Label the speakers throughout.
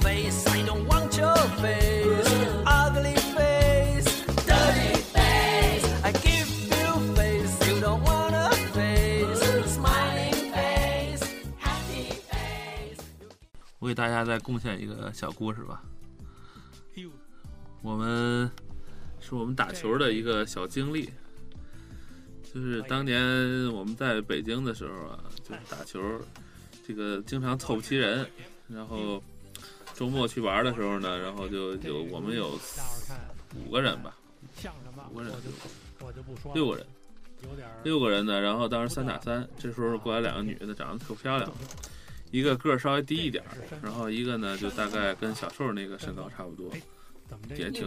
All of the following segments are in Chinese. Speaker 1: face, I don't want your face. Ugly face, dirty face. I give you face, you don't want a face. Smiling face, happy face.
Speaker 2: 我给大家再贡献一个小故事吧。
Speaker 3: 哎呦，
Speaker 2: 我们是我们打球的一个小经历，就是当年我们在北京的时候啊，就是打球，这个经常凑不齐人，然后周末去玩的时候呢，然后就有我们有
Speaker 3: 大伙儿看
Speaker 2: 五个人吧，
Speaker 3: 像什么？
Speaker 2: 五个人
Speaker 3: 我就我就不说了
Speaker 2: 六个人，
Speaker 3: 有点儿
Speaker 2: 六个人呢，然后当时三打三，这时候过来两个女的，长得特漂亮，一个个儿稍微低一点儿，然后一个呢就大概跟小瘦那个身高差不多，
Speaker 3: 怎么这
Speaker 2: 也
Speaker 3: 个
Speaker 2: 挺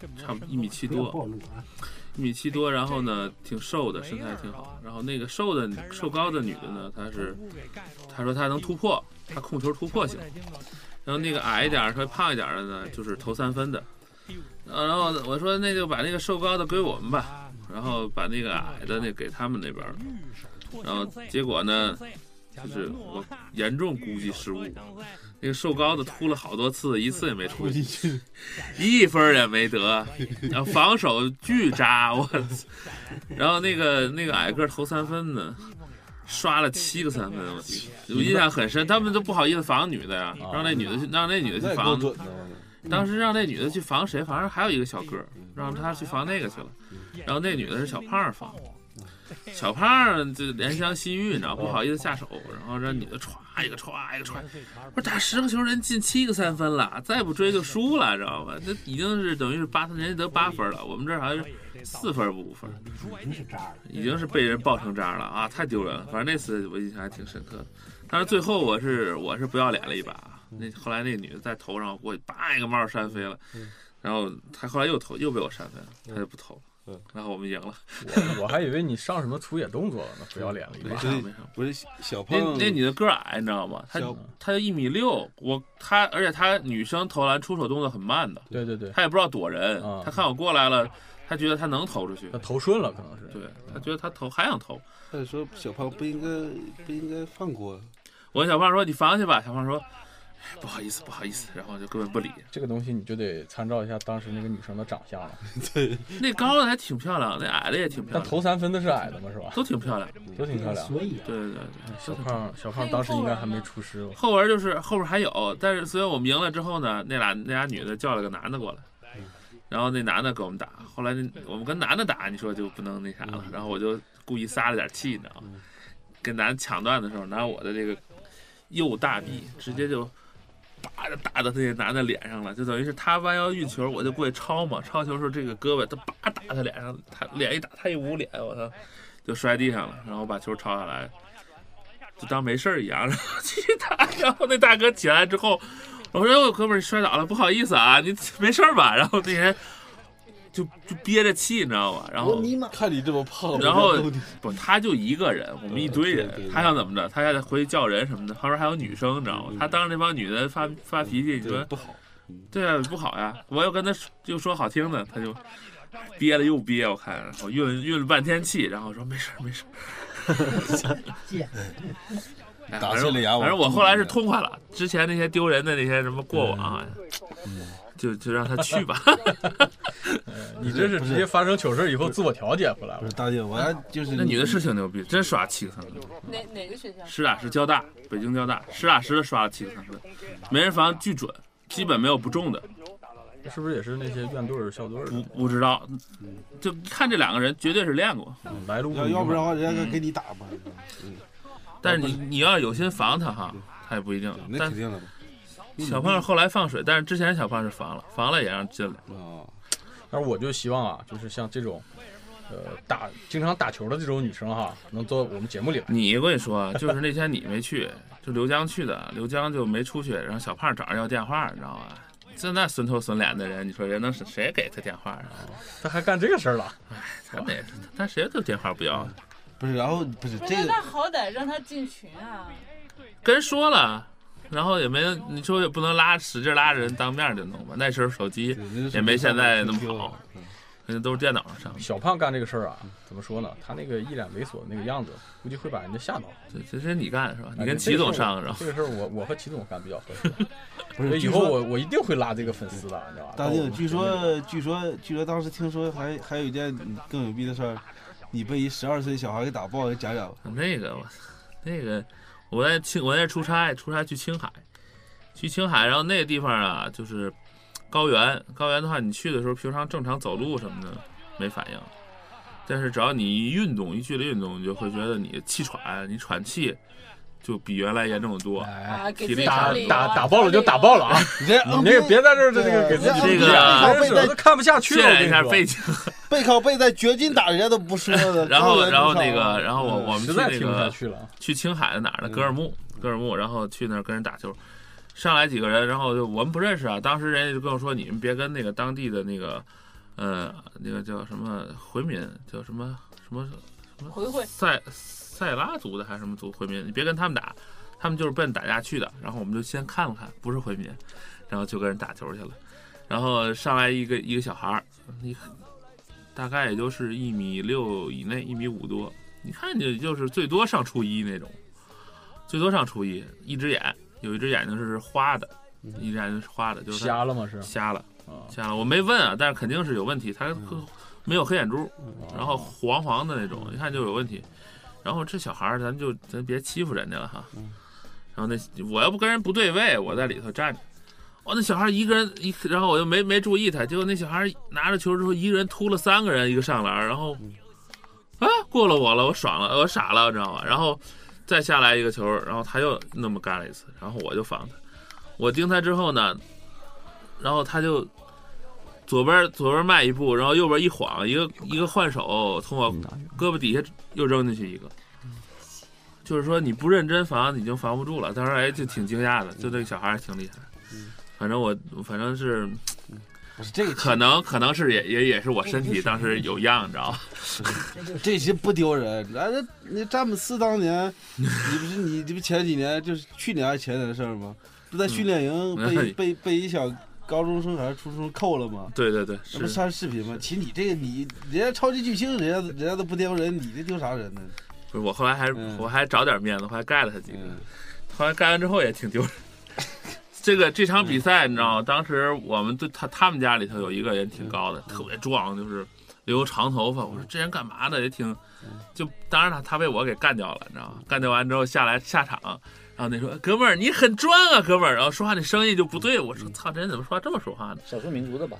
Speaker 3: 这么多
Speaker 2: 差不
Speaker 3: 身
Speaker 2: 一米
Speaker 3: 高
Speaker 2: 七
Speaker 4: 不要
Speaker 2: 多，
Speaker 4: 报名啊！
Speaker 2: 一米七多，然后呢挺瘦的，身材挺好。然后那个瘦的瘦高的女的呢，她是她说她能突破，她控球突破型。然后那个矮一点儿、稍微胖一点儿的呢，就是投三分的。呃然后我说那就把那个瘦高的归我们吧，
Speaker 3: 啊，
Speaker 2: 然后把那个矮的那给他们那边儿。
Speaker 3: 御手托
Speaker 2: 嗯然后
Speaker 3: 相塞
Speaker 2: 结果呢，
Speaker 3: 前
Speaker 2: 就是
Speaker 3: 面
Speaker 2: 我
Speaker 3: 诺纳
Speaker 2: 严重估计失误，那个瘦高的突了好多次，一次也没出
Speaker 4: 我
Speaker 2: 去，
Speaker 4: 进去，
Speaker 2: 一分儿也没得。然后防守巨渣，我操！然后那个那个矮个儿投三分呢，刷了七个三分，我记得我印象很深。他们都不好意思防女的呀，
Speaker 5: 啊
Speaker 2: 让那女的去，让那女的
Speaker 5: 哦那
Speaker 2: 去
Speaker 5: 够
Speaker 2: 防。
Speaker 5: 准的，
Speaker 2: 当时让那女的去防谁？反正还有一个小个儿，让她去防那个去了。然后那女的是小胖儿放
Speaker 3: 我，
Speaker 2: 小胖儿就怜香惜玉，你知道，不好意思下手，然后让女的歘一个歘一个歘。不是打十个球，人进七个三分了，再不追就输了，知道吧？这已经是等于是八，人家得八分了，我们这儿好像是四分不五分。
Speaker 3: 你哎出外
Speaker 4: 真
Speaker 3: 地
Speaker 4: 是渣儿。
Speaker 2: 已经是被人爆成这样了啊，太丢人了。反正那次我印象还挺深刻的，但是最后我是我是不要脸了一把啊，那后来那女的在头上给我叭一个帽扇飞了，
Speaker 5: 嗯
Speaker 2: 然后她后来又投又被我扇飞了，她就不投了
Speaker 5: 嗯，
Speaker 2: 然后我们赢了，
Speaker 6: 我还以为你上什么出野动作了呢，不要脸了一把
Speaker 2: 没
Speaker 5: 没。
Speaker 2: 事
Speaker 5: 事
Speaker 2: 没事。
Speaker 5: 不是小
Speaker 2: 那
Speaker 5: 胖
Speaker 2: 那女的个儿矮，你知道吗？她
Speaker 5: 嗯小
Speaker 2: 她一米六，我她而且她女生投篮出手动作很慢的，
Speaker 6: 对对对，
Speaker 2: 她也不知道躲人
Speaker 6: 啊，
Speaker 2: 她看我过来了，她觉得她能投出去
Speaker 6: 那，投顺了可能是。
Speaker 2: 对她觉得她投还想投，
Speaker 5: 他说小胖不应该不应该放过，
Speaker 2: 我跟小胖说：“你放去吧。”小胖说：“哎不好意思，不好意思。”然后就根本不理。
Speaker 6: 这个东西你就得参照一下当时那个女生的长相 了。
Speaker 2: 那高的还挺漂亮，那矮的也挺漂
Speaker 6: 但
Speaker 2: 亮，
Speaker 6: 投三分的是矮的嘛，是吧？
Speaker 2: 都挺漂亮。
Speaker 6: 都挺漂亮。
Speaker 4: 所以啊，
Speaker 2: 对对对，
Speaker 6: 小胖小胖当时应该还没出师，
Speaker 2: 后文就是后边还有，但是所以我们赢了之后呢，那俩那俩女的叫了个男的过来，然后那男的跟我们打，后来那我们跟男的打，你说就不能那啥了，然后我就故意撒了点气，你知道吗？跟男的抢断的时候，拿我的这个右大臂直接就。叭就打到那个男的脸上了，就等于是他弯腰运球，我就过去抄嘛，抄球时候这个胳膊他叭打他脸上，他脸一打他一捂脸，我操，就摔地上了，然后把球抄下来，就当没事儿一样，然后继续打。然后那大哥起来之后，我说：“哎我哥们儿你摔倒了，不好意思啊，你没事儿吧？”然 后那人就就憋着气，你知道吗？然
Speaker 4: 我
Speaker 2: 后
Speaker 4: 尼玛，
Speaker 5: 看你这么胖，
Speaker 2: 然后
Speaker 5: 我就逗你
Speaker 2: 不，他就一个人，我们一堆
Speaker 5: 对对
Speaker 2: 人，
Speaker 5: 对
Speaker 2: 他想怎么着？他还得回去叫人什么的。旁边还有女生，你知道吗？他当着那帮女的发发脾气，你
Speaker 5: 对
Speaker 2: 说
Speaker 5: 不好，
Speaker 2: 对啊，不好呀！我又跟他说又说好听的，他就憋了又憋，我看我运运了半天气，然后我说没事儿没 事儿。
Speaker 4: 贱，
Speaker 2: 哎
Speaker 5: 打
Speaker 2: 反
Speaker 5: 碎
Speaker 2: 正
Speaker 5: 了牙
Speaker 2: 反正
Speaker 5: 我
Speaker 2: 我后来是痛快了，之前那些丢人的那些什么过往啊，
Speaker 5: 嗯
Speaker 2: 就就让他去吧。
Speaker 6: 你这是直接发生糗事以后自我调节回来
Speaker 5: 不
Speaker 6: 了
Speaker 5: 是。大姐，我还就是
Speaker 2: 那女的是挺牛逼，真刷七个三分，
Speaker 7: 哪哪个学校？
Speaker 2: 实打实交啊大，北京交大，实打实的刷了七个三分，没人防巨准，基本没有不中的。
Speaker 6: 是不是也是那些院队儿、校队儿的
Speaker 2: 不不知道，就看这两个人绝对是练过，
Speaker 6: 嗯来路不
Speaker 5: 要
Speaker 6: 明
Speaker 5: 要不
Speaker 6: 嘛
Speaker 5: 然的话人家给你打吧，
Speaker 2: 嗯但是你你要有心防他哈，他也不一定。
Speaker 5: 那
Speaker 2: 但
Speaker 5: 肯定的吧，
Speaker 2: 小胖后来放水，但是之前小胖是防了，防了也让进了。
Speaker 5: 啊，
Speaker 6: 但是我就希望啊，就是像这种，呃，打经常打球的这种女生哈，能到我们节目里来。
Speaker 2: 你我跟你说，啊就是那天你没去，就刘江去的，刘江就没出去，然后小胖找人要电话，你知道吧？就那损头损脸的人，你说人能是谁给他电话啊？
Speaker 6: 她还干这个事儿了，
Speaker 2: 他那他谁都电话不要，
Speaker 5: 不是，然后不是
Speaker 7: 不
Speaker 5: 这
Speaker 7: 是，
Speaker 5: 个
Speaker 7: 那好歹让他进群啊！
Speaker 2: 跟人说了，然后也没你说也不能拉使劲拉着人当面就弄吧，那时候手机
Speaker 5: 对那是
Speaker 2: 也没现在那么
Speaker 5: 挺
Speaker 2: 好
Speaker 5: 嗯
Speaker 2: 肯定都是电脑上上的。
Speaker 6: 小胖干这个事儿啊，怎么说呢？他那个一脸猥琐的那个样子，估计会把人家吓到。
Speaker 2: 对，这是你干是吧？你
Speaker 6: 哎
Speaker 2: 跟
Speaker 6: 这
Speaker 2: 齐
Speaker 6: 个
Speaker 2: 总
Speaker 6: 事儿
Speaker 2: 上，
Speaker 6: 我
Speaker 2: 然后
Speaker 6: 这个事儿我我和齐总干比较合 适。
Speaker 5: 不
Speaker 6: 所
Speaker 5: 是，
Speaker 6: 以以
Speaker 5: 据
Speaker 6: 后
Speaker 5: 说
Speaker 6: 我我一定会拉这个粉丝的，你知道吧？
Speaker 5: 大
Speaker 6: 到我
Speaker 5: 定，
Speaker 6: 们
Speaker 5: 据
Speaker 6: 群里面
Speaker 5: 说据说据说当时听说还还有一件更牛逼的事儿，你被一十二岁小孩给打爆，你讲讲。
Speaker 2: 啊那个我，那个我在青我在出差，出差去青海，去青海，然后那个地方啊就是高原，高原的话，你去的时候平常正常走路什么的没反应，但是只要你一运动，一剧烈运动，你就会觉得你气喘，你喘气就比原来严重的多。
Speaker 6: 哎，
Speaker 7: 啊，给
Speaker 2: 体
Speaker 7: 自
Speaker 2: 力
Speaker 7: 己
Speaker 2: 差
Speaker 6: 打
Speaker 7: 找理由
Speaker 6: 打
Speaker 7: 啊
Speaker 6: 打爆了就打爆了。啊！
Speaker 5: 你这
Speaker 6: 你这个别在这儿这个给自己
Speaker 2: 这个
Speaker 6: 真是我都看不下去
Speaker 2: 渲
Speaker 6: 了，我
Speaker 2: 染一
Speaker 6: 跟你
Speaker 2: 下
Speaker 6: 说
Speaker 2: 背景，
Speaker 4: 背靠背在掘金打人家都不说的。
Speaker 2: 然后
Speaker 4: 高原
Speaker 2: 然后
Speaker 4: 路上啊
Speaker 2: 那个然后我我们去
Speaker 6: 嗯实在
Speaker 2: 那
Speaker 6: 听不
Speaker 2: 个
Speaker 6: 下去了。
Speaker 2: 去青海的哪儿呢？
Speaker 5: 嗯
Speaker 2: 格尔木，格尔木，然后去那儿跟人打球，上来几个人，然后就我们不认识啊。当时人家就跟我说，你们别跟那个当地的那个，呃，那个叫什么回民，叫什么什么
Speaker 7: 回回
Speaker 2: 塞塞拉族的还是什么族回民，你别跟他们打，他们就是奔打架去的。然后我们就先看了看，不是回民，然后就跟人打球去了。然后上来一个一个小孩儿，你大概也就是一米六以内，一米五多，你看见就是最多上初一那种，最多上初一，一只眼有一只眼睛是花的，一只眼睛是花的，就是他
Speaker 6: 瞎了吗？是
Speaker 2: 瞎了，
Speaker 6: 啊，
Speaker 2: 瞎了。我没问啊，但是肯定是有问题，他
Speaker 5: 嗯
Speaker 2: 没有黑眼珠。
Speaker 5: 哦
Speaker 2: 然后
Speaker 6: 啊
Speaker 2: 黄黄的那种，一看就有问题。然后这小孩儿，咱就咱别欺负人家了哈
Speaker 5: 嗯。
Speaker 2: 然后那我要不跟人不对位，我在里头站着。哦，那小孩儿一个人一，然后我又没没注意他，结果那小孩儿拿着球之后，一个人突了三个人，一个上篮儿，然后
Speaker 5: 嗯
Speaker 2: 啊过了我了，我爽了，我傻了，知道吗？然后再下来一个球，然后他又那么干了一次，然后我就防他，我盯他之后呢，然后他就左边左边迈一步，然后右边一晃，一个一个换手从我胳膊底下又扔进去一个，就是说你不认真防，你就防不住了。当时哎，就挺惊讶的，就这个小孩儿挺厉害
Speaker 5: 嗯。
Speaker 2: 反正我反正是
Speaker 5: 不是这个
Speaker 2: 可能可能是也也也是我身体当时有恙，你知道 吗？
Speaker 5: 这些不丢人。那那那詹姆斯当年，你不是你这不前几年就是去年还是前年的事儿吗？不在训练营
Speaker 2: 嗯
Speaker 5: 被被被一小高中生还是初中生扣了吗？
Speaker 2: 对对对，
Speaker 5: 那不
Speaker 2: 是
Speaker 5: 删视频吗？其实你这个你人家超级巨星，人家人家都不丢人，你这丢啥人呢？
Speaker 2: 不是我后来还
Speaker 5: 嗯
Speaker 2: 我还找点面子，我还盖了他几个。
Speaker 5: 嗯，
Speaker 2: 后来盖完之后也挺丢人。这个这
Speaker 5: 嗯
Speaker 2: 场比赛，你知道吗？当时我们对他他们家里头有一个人
Speaker 5: 嗯
Speaker 2: 挺高的，特别壮，就是留长头发。我说这人干嘛的？也挺，
Speaker 8: 嗯
Speaker 2: 就当然他他被我给干掉了，你知道吗？干掉完之后下来下场，然后那说哥们儿你很壮啊，哥们儿，然后说话那声音就不对。我说操，这人怎么说话这么说话呢？
Speaker 8: 嗯少数民族的吧？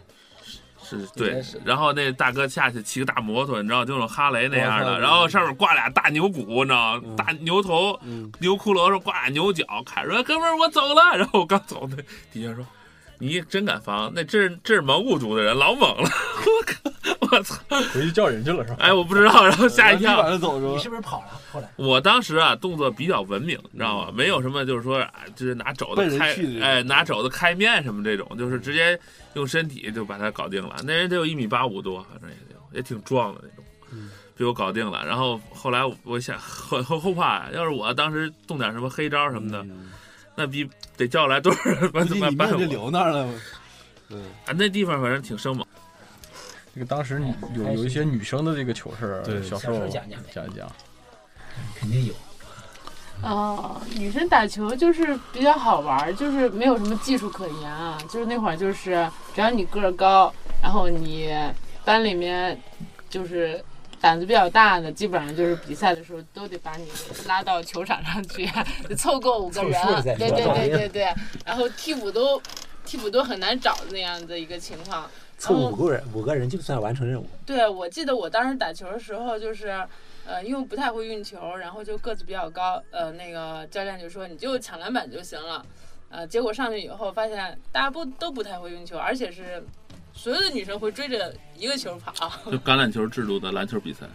Speaker 2: 是
Speaker 8: 应
Speaker 2: 对
Speaker 8: 该是，哦
Speaker 2: 然后那大哥下去骑个大摩托，你知道，就那种哈雷那样
Speaker 5: 我
Speaker 2: 的，
Speaker 5: 操
Speaker 2: 然后上面挂俩大牛骨，你知道，
Speaker 5: 嗯
Speaker 2: 大牛头
Speaker 5: 嗯、
Speaker 2: 牛骷髅上挂俩牛角，凯说：“哥们儿，我走了。”然后我刚走，那底下说：“你真敢防？那这是这是蒙古族的人，老猛了！” 我靠，我操！
Speaker 6: 回去叫人去了是吧？
Speaker 2: 哎，我不知道，然后吓一
Speaker 5: 然
Speaker 2: 跳。
Speaker 5: 后立马就走是
Speaker 4: 你
Speaker 5: 吧
Speaker 4: 是？不是跑了？后来
Speaker 2: 我当时啊，动作比较文明，你知道吗？没有什么就是说，啊就是拿肘
Speaker 5: 奔
Speaker 2: 子
Speaker 5: 人
Speaker 2: 开
Speaker 5: 去的，那
Speaker 2: 哎，
Speaker 5: 种
Speaker 2: 拿肘子开面什么这种，就是直接用身体就把他搞定了。那人得有一米八五多，反正也得有，也挺壮的那种
Speaker 5: 嗯，
Speaker 2: 被我搞定了。然后后来我想，很很后怕，啊要是我当时动点什么黑招什么的，
Speaker 5: 嗯
Speaker 2: 那逼得叫来多少人把
Speaker 5: 估计
Speaker 2: 他
Speaker 5: 你
Speaker 2: 把
Speaker 5: 面
Speaker 2: 我
Speaker 5: 就留那儿了。嗯，
Speaker 2: 啊，那地方反正挺生猛。
Speaker 6: 这个当时你有有一些女生的这个糗事儿，
Speaker 5: 对
Speaker 6: 小时
Speaker 8: 小时
Speaker 6: 候
Speaker 8: 候讲讲呗
Speaker 6: 讲一讲。
Speaker 4: 肯定有，
Speaker 7: 哦，女生打球就是比较好玩儿，就是没有什么技术可言啊。就是那会儿就是，只要你个儿高，然后你班里面就是胆子比较大的，基本上就是比赛的时候都得把你拉到球场上去，啊得凑够五个人啊
Speaker 8: 凑数再，
Speaker 7: 对
Speaker 8: 说
Speaker 7: 对对对对，然后替补都替补都很难找的那样的一个情况。嗯
Speaker 8: 凑五个人，五个人就算完成任务。
Speaker 7: 对，我记得我当时打球的时候，就是，呃，因为我不太会运球，然后就个子比较高，呃，那个教练就说你就抢篮板就行了，呃，结果上去以后发现大家不都不太会运球，而且是所有的女生会追着一个球跑，
Speaker 2: 就橄榄球制度的篮球比赛，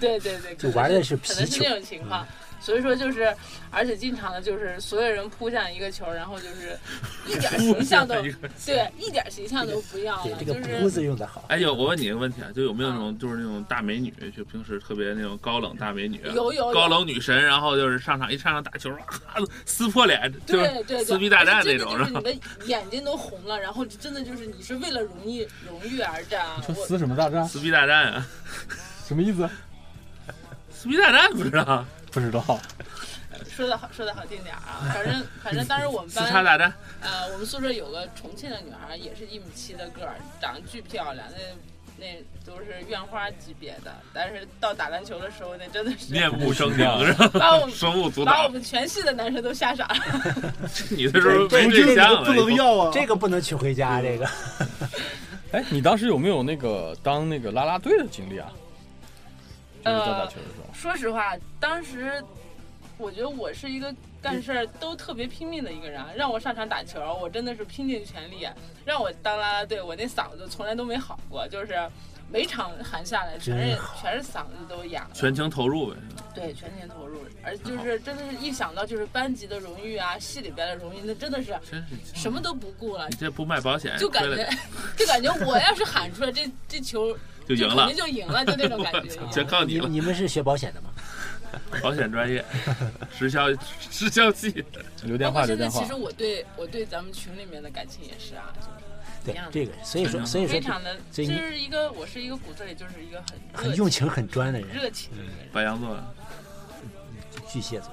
Speaker 7: 对对对，可
Speaker 8: 就
Speaker 7: 能
Speaker 8: 玩
Speaker 7: 是
Speaker 8: 的是
Speaker 7: 可
Speaker 8: 皮
Speaker 7: 能是
Speaker 8: 球嗯
Speaker 7: 那，种情况，所以说就是，而且经常的就是所有人扑向一个球，然后就是一点儿形象都对，一点儿形象都不要
Speaker 8: 对
Speaker 7: 了，
Speaker 8: 这
Speaker 7: 就
Speaker 8: 个“不”
Speaker 7: 是
Speaker 8: 字用的好。
Speaker 2: 哎呦，我问你一个问题啊，就有没有那种就是那种大美女，就平时特别那种高冷大美女，
Speaker 7: 有有有
Speaker 2: 高冷女神，然后就是上场一上场打球，啊，撕破脸，就
Speaker 7: 对
Speaker 2: 是
Speaker 7: 对
Speaker 2: 撕
Speaker 7: 对，
Speaker 2: 逼大战
Speaker 7: 而且
Speaker 2: 那
Speaker 7: 真的
Speaker 2: 种，
Speaker 7: 就是是
Speaker 2: 吧
Speaker 7: 你？的眼睛都红了，然后真的就是你是为了荣誉荣誉而战。啊
Speaker 6: 你说
Speaker 7: 我
Speaker 6: 撕什么大战？
Speaker 2: 撕逼大战啊，
Speaker 6: 什么意思？
Speaker 2: 撕逼大战不知道，
Speaker 6: 不知道。
Speaker 7: 说的好说的好听点儿啊，反正反正当时我们
Speaker 2: 撕叉
Speaker 7: 班
Speaker 2: 大战，
Speaker 7: 呃，我们宿舍有个重庆的女孩儿，也是一米七的个儿，长得巨漂亮，那那都是院花级别的。但是到打篮球的时候，那真的
Speaker 2: 面
Speaker 7: 是
Speaker 2: 目狰狞是吧？
Speaker 7: 把我们
Speaker 2: 手舞足
Speaker 7: 把我
Speaker 2: 蹈，
Speaker 7: 们全系的男生都吓傻了。
Speaker 2: 你的时候
Speaker 8: 对
Speaker 2: 没
Speaker 8: 这
Speaker 2: 对象了，
Speaker 5: 不能
Speaker 2: 以后
Speaker 5: 要啊！
Speaker 8: 这个不能娶回家，这个
Speaker 6: 哎，你当时有没有那个当那个啦啦队的经历啊？就是在打球的时候，
Speaker 7: 说实话，当时我觉得我是一个干事儿都特别拼命的一个人啊，让我上场打球，我真的是拼尽全力；啊让我当啦啦队，我那嗓子从来都没好过，就是每场喊下来全是
Speaker 8: 真好
Speaker 7: 全是嗓子都哑了。
Speaker 2: 全情投入呗。
Speaker 7: 对，全情投入，而就是真的是一想到就是班级的荣誉啊，系里边的荣誉，那真的是
Speaker 2: 真是
Speaker 7: 什么都不顾了
Speaker 2: 你，这不卖保险，
Speaker 7: 就感
Speaker 2: 亏
Speaker 7: 觉
Speaker 2: 哎 了
Speaker 7: 就感觉我要是喊出来这这球
Speaker 2: 就赢
Speaker 7: 肯
Speaker 2: 了。
Speaker 7: 定，就赢了，就那种感觉
Speaker 2: 全靠你
Speaker 8: 你
Speaker 2: 了，
Speaker 8: 你们是学保险 的吗？
Speaker 2: 保险专业，直销直销系，
Speaker 6: 留
Speaker 7: 包
Speaker 6: 电
Speaker 7: 括
Speaker 6: 话留
Speaker 7: 现在
Speaker 6: 电话
Speaker 7: 其。实我对我对咱们群里面的感情也是啊，
Speaker 8: 对
Speaker 7: 一样，的嗯
Speaker 8: 这个所以说所以
Speaker 7: 非
Speaker 8: 说
Speaker 7: 常的
Speaker 8: 所
Speaker 7: 就
Speaker 8: 以你
Speaker 7: 是一个我是一个骨子里就是一个很
Speaker 8: 很
Speaker 7: 热
Speaker 8: 用情很专的人，
Speaker 7: 热情的一个人。
Speaker 2: 白羊座，
Speaker 8: 巨蟹座。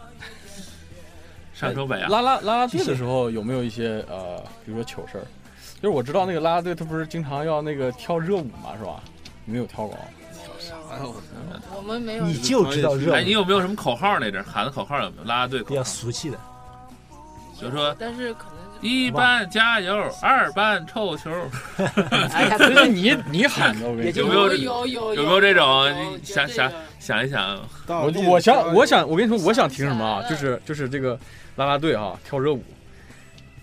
Speaker 2: 上升白羊，
Speaker 6: 啦啦啦啦队的时候有没有一些呃，比如说糗事儿？就是我知道那个啦啦队，他不是经常要那个跳热舞嘛，是吧？你们有跳过啊吗？ 哎
Speaker 7: 我们没有
Speaker 8: 你就知道热
Speaker 2: 哎，你
Speaker 8: 舞，
Speaker 2: 有没有什么口号那阵儿喊的口号有没有？啦啦队口
Speaker 8: 比
Speaker 2: 号
Speaker 8: 较，俗气 的，
Speaker 2: 比如说
Speaker 7: 但是可能
Speaker 2: 一班加油，二班臭球，
Speaker 7: 哎呀，
Speaker 6: 这是你你喊的，我跟你
Speaker 8: 也
Speaker 6: 说
Speaker 8: 就
Speaker 2: 有没有这
Speaker 7: 有有
Speaker 2: 有没有这
Speaker 7: 有
Speaker 2: 种？
Speaker 7: 绝
Speaker 2: 想
Speaker 7: 对
Speaker 2: 想
Speaker 7: 有
Speaker 2: 想一想，
Speaker 5: 大
Speaker 6: 我
Speaker 5: 地
Speaker 6: 就我
Speaker 5: 加
Speaker 6: 想
Speaker 5: 油
Speaker 6: 我想我跟你说，我想听什么啊？
Speaker 7: 想
Speaker 6: 就
Speaker 7: 起来
Speaker 6: 是就是这个啦啦队啊，跳热舞，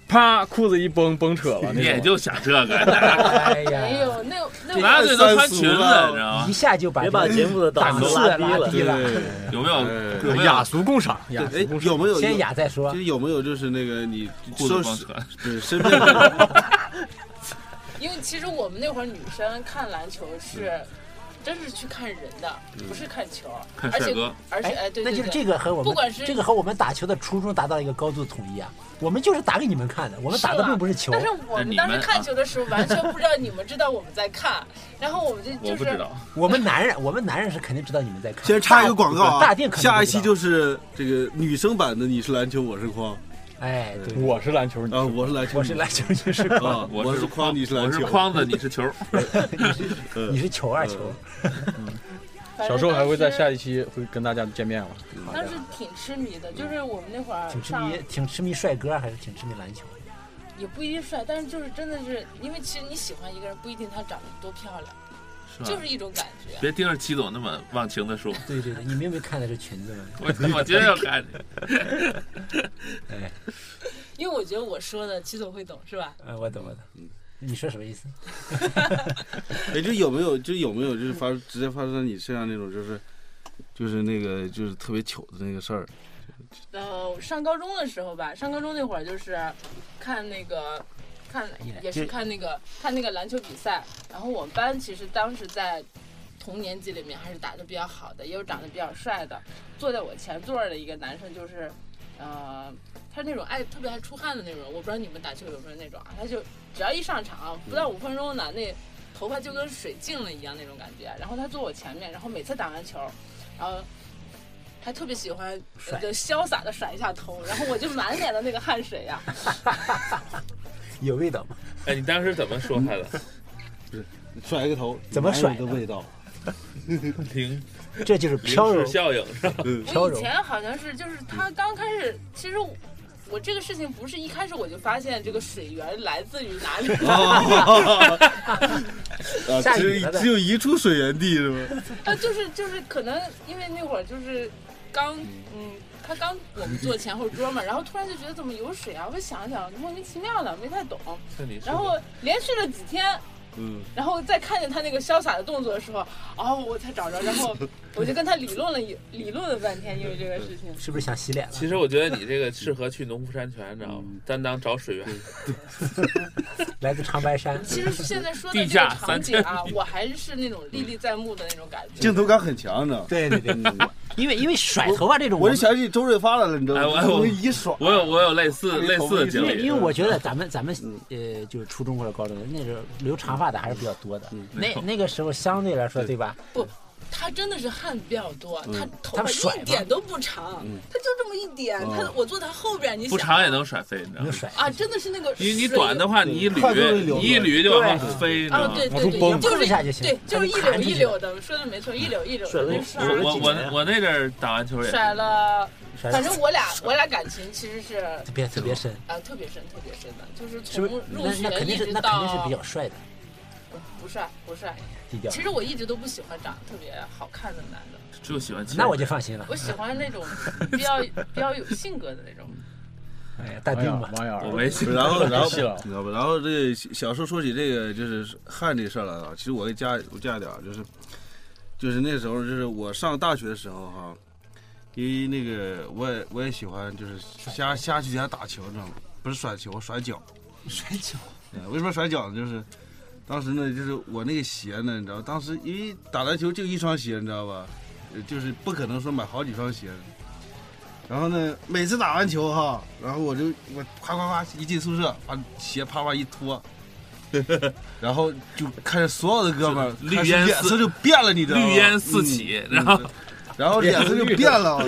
Speaker 6: 啪裤子一崩崩扯了
Speaker 2: 你
Speaker 6: 那
Speaker 2: 也
Speaker 6: 种。
Speaker 2: 就想这 个，
Speaker 8: 哎
Speaker 7: 没
Speaker 8: 呀，
Speaker 7: 有那那
Speaker 2: 啦啦队都穿裙子，你知道吗
Speaker 8: 一？下就把
Speaker 9: 别把
Speaker 8: 这个
Speaker 9: 节目的档
Speaker 8: 档
Speaker 9: 次
Speaker 8: 次
Speaker 9: 都拉低
Speaker 8: 啊拉
Speaker 9: 了。
Speaker 8: 低了，
Speaker 6: 对，
Speaker 2: 有没
Speaker 5: 哎
Speaker 2: 有有没
Speaker 6: 雅
Speaker 2: 有
Speaker 6: 俗共赏，雅
Speaker 5: 对哎
Speaker 6: 俗共，赏。
Speaker 5: 有没有
Speaker 8: 先哑再说
Speaker 5: 就。是有没有就是那个你
Speaker 2: 裤子光
Speaker 5: 是
Speaker 2: 扯？
Speaker 5: 对身边的
Speaker 7: 因为其实我们那会儿女生看篮球是，真是去看人的，不是看球，
Speaker 2: 看
Speaker 7: 而
Speaker 2: 帅
Speaker 7: 且
Speaker 2: 哥，
Speaker 7: 而且
Speaker 8: 哎
Speaker 7: 哎，对，
Speaker 8: 那
Speaker 7: 对
Speaker 8: 就是
Speaker 7: 对
Speaker 8: 这个和我
Speaker 7: 不管
Speaker 8: 们
Speaker 7: 是
Speaker 8: 这个和我们打球的初衷达到一个高度统一啊！我们就是打给你们看的，我们打的并不是球
Speaker 7: 但。是
Speaker 2: 那
Speaker 7: 我们
Speaker 2: 你
Speaker 7: 当时
Speaker 2: 们啊
Speaker 7: 看球的时候，完全不知道你们知道我们在看，然后我们就
Speaker 2: 我
Speaker 7: 就
Speaker 2: 不知
Speaker 7: 是
Speaker 2: 道，
Speaker 8: 我们男人，我们男人是肯定知道你们在看。
Speaker 5: 先插一个广告 啊！
Speaker 8: 大定可能
Speaker 5: 下
Speaker 8: 不
Speaker 5: 一期
Speaker 8: 知道
Speaker 5: 就是这个女生版的你是篮球我是筐
Speaker 8: 哎，对，
Speaker 6: 我是篮球，你
Speaker 8: 嗯
Speaker 5: 啊，
Speaker 6: 是
Speaker 5: 我是篮球，
Speaker 8: 我是篮球，你是
Speaker 5: 啊，
Speaker 2: 我
Speaker 5: 是
Speaker 2: 框，
Speaker 5: 筐，你是
Speaker 2: 我
Speaker 5: 篮
Speaker 2: 是
Speaker 5: 球，
Speaker 2: 框 子，你是球，
Speaker 5: 嗯
Speaker 8: 你是球二球，
Speaker 7: 嗯反正
Speaker 6: 小时候还会在
Speaker 8: 嗯
Speaker 7: 当时
Speaker 6: 下一期会跟大家见面了。
Speaker 7: 当时挺痴迷的，就是我们那会儿
Speaker 8: 挺痴
Speaker 7: 上
Speaker 8: 迷，挺痴迷帅哥，还是挺痴迷篮球？
Speaker 7: 也不一定帅，但是就是真的是，因为其实你喜欢一个人，不一定他长得多漂亮，
Speaker 2: 是吧
Speaker 7: 就是一种感觉。
Speaker 2: 别盯着齐总那么忘情的说，
Speaker 8: 对对对，你们有没有看到这裙子吗？
Speaker 2: 我我今儿要看你，
Speaker 7: 因为我觉得我说的齐总会懂，是吧？
Speaker 8: 嗯，我懂我懂。你说什么意思？
Speaker 5: 哎，就有没有就有没有就是发直接发生在你身上那种就是就是那个就是特别糗的那个事儿？
Speaker 7: 呃，上高中的时候吧，上高中那会儿就是看那个看也是看那个看那个篮球比赛，然后我们班其实当时在同年级里面还是打得比较好的，也有长得比较帅的，坐在我前座儿的一个男生就是，呃。他是那种爱特别爱出汗的那种，我不知道你们打球有没有那种啊？他就只要一上场，不到五分钟呢，那头发就跟水浸了一样那种感觉。然后他坐我前面，然后每次打完球，呃然后还特别喜欢呃
Speaker 8: 甩
Speaker 7: 就潇洒的甩一下头，然后我就满脸的那个汗水啊 呀、
Speaker 8: 有味道吗？
Speaker 2: 哎，你当时怎么说他的？
Speaker 5: 甩个头，
Speaker 8: 怎么甩
Speaker 5: 男人的
Speaker 8: 呢
Speaker 5: 味 道？
Speaker 2: 零
Speaker 8: 这就是飘
Speaker 2: 零
Speaker 8: 柔
Speaker 2: 式，效应是吧？
Speaker 8: 飘
Speaker 7: 我
Speaker 8: 柔
Speaker 7: 以。前好像是，就是他刚开始，其实我我这个事情不是一开始我就发现这个水源来自于哪
Speaker 8: 嗯
Speaker 7: 里，
Speaker 8: 哦
Speaker 5: 啊，
Speaker 8: 下
Speaker 5: 只
Speaker 8: 雨了
Speaker 5: 有
Speaker 8: 呗
Speaker 5: 只有一处水源地是吗？
Speaker 7: 啊，就是就是可能因为那会儿就是刚嗯，他刚我们坐前后桌嘛，然后突然就觉得怎么有水啊，我想想莫名其妙的没太懂，然后连续了几天。
Speaker 5: 嗯，
Speaker 7: 然后再看见他那个潇洒的动作的时候，哦，我才找着，然后我就跟他理论了一理论了半天，因为这个事情。
Speaker 8: 是不是想洗脸了？
Speaker 2: 其实我觉得你这个适合去农夫山泉，你知道
Speaker 5: 嗯
Speaker 2: 吗？担当找水源，
Speaker 8: 来自长白 山，
Speaker 7: 其实现在说的
Speaker 2: 地
Speaker 7: 这
Speaker 2: 下
Speaker 7: 个场景
Speaker 2: 三
Speaker 7: 啊，我还是那种历历在目的那种感觉。
Speaker 5: 镜头感很强呢。
Speaker 8: 对对对， 因为因为甩头发这种，
Speaker 5: 我
Speaker 8: 我
Speaker 5: 就想起周润发来了，你知道
Speaker 2: 哎
Speaker 5: 吗？
Speaker 2: 我
Speaker 5: 我一耍，
Speaker 2: 我有我有类似类似的经
Speaker 8: 因为
Speaker 2: 历，
Speaker 8: 因为我觉得咱们咱们呃，就是初中或者高中那时候留长发的还是比较多的，
Speaker 7: 嗯
Speaker 8: 那那个时候相对来说，对吧？
Speaker 7: 他真的是汗比较多，他头
Speaker 8: 嗯他甩嗯哦
Speaker 7: 发
Speaker 8: 嘛
Speaker 7: 一点都不长，他就这么一点。他我坐在他后边，你
Speaker 2: 不
Speaker 7: 想
Speaker 2: 长也能甩飞，你知道
Speaker 8: 能
Speaker 2: 吗？
Speaker 8: 甩。
Speaker 7: 啊，真的是那个
Speaker 2: 因为你
Speaker 7: 水
Speaker 2: 短的话，你一
Speaker 5: 快速地
Speaker 2: 捋，
Speaker 5: 流
Speaker 2: 你一捋就往上飞，你知道
Speaker 7: 啊，
Speaker 2: 吗？
Speaker 7: 对
Speaker 6: 往
Speaker 7: 对
Speaker 6: 出
Speaker 7: 对，
Speaker 6: 蹦
Speaker 7: 就是
Speaker 8: 一下就行
Speaker 7: 对，就是一
Speaker 8: 弹
Speaker 7: 绺
Speaker 8: 出
Speaker 7: 一
Speaker 8: 去
Speaker 7: 绺的，说的没错，一绺一绺的，
Speaker 8: 了
Speaker 7: 那
Speaker 8: 甩了
Speaker 7: 是
Speaker 2: 我我我那阵儿打完球也
Speaker 7: 甩了，
Speaker 8: 甩了
Speaker 7: 反正我俩我俩感情其实是
Speaker 8: 特别特别深，
Speaker 7: 啊特别深特别深的，就是
Speaker 8: 是
Speaker 7: 从
Speaker 8: 不是？
Speaker 7: 入
Speaker 8: 那那
Speaker 7: 学
Speaker 8: 肯
Speaker 7: 一
Speaker 8: 定是
Speaker 7: 直
Speaker 8: 那肯定是比
Speaker 7: 到
Speaker 8: 较帅的
Speaker 7: 不帅不帅，
Speaker 8: 低调
Speaker 7: 其，实我一直都不喜欢长得特别好看的男的，
Speaker 2: 就喜欢切
Speaker 8: 那我就放心了。
Speaker 7: 我喜欢 那种比较比较有性格的那种。
Speaker 8: 哎呀，淡
Speaker 6: 王
Speaker 8: 定
Speaker 6: 眼儿
Speaker 8: 吧，
Speaker 6: 王眼
Speaker 2: 我
Speaker 6: 儿，
Speaker 2: 没信，
Speaker 5: 然后，然后，
Speaker 6: 是了
Speaker 5: 你知道吧？然后这小时候说起这个就是汗这事儿来了啊，其实我给加我加一点儿，就是就是那时候就是我上大学的时候哈、因为那个我也我也喜欢就是瞎瞎去家打球，你知道吗？不是甩球，甩脚，
Speaker 8: 甩脚
Speaker 5: 哎为什么甩脚呢？就是当时呢，就是我那个鞋呢，你知道，当时因为打篮球就一双鞋，你知道吧？呃就是不可能说买好几双鞋的。然后呢，每次打完球哈，然后我就我啪啪啪一进宿舍，把鞋啪啪一脱， 然后就看着所有的哥们儿
Speaker 2: 绿
Speaker 5: 开始
Speaker 2: 烟
Speaker 5: 脸
Speaker 2: 四
Speaker 5: 色就变了，你知道吗？
Speaker 2: 绿烟四起，
Speaker 5: 嗯
Speaker 2: 然后
Speaker 5: 然后脸色就变了，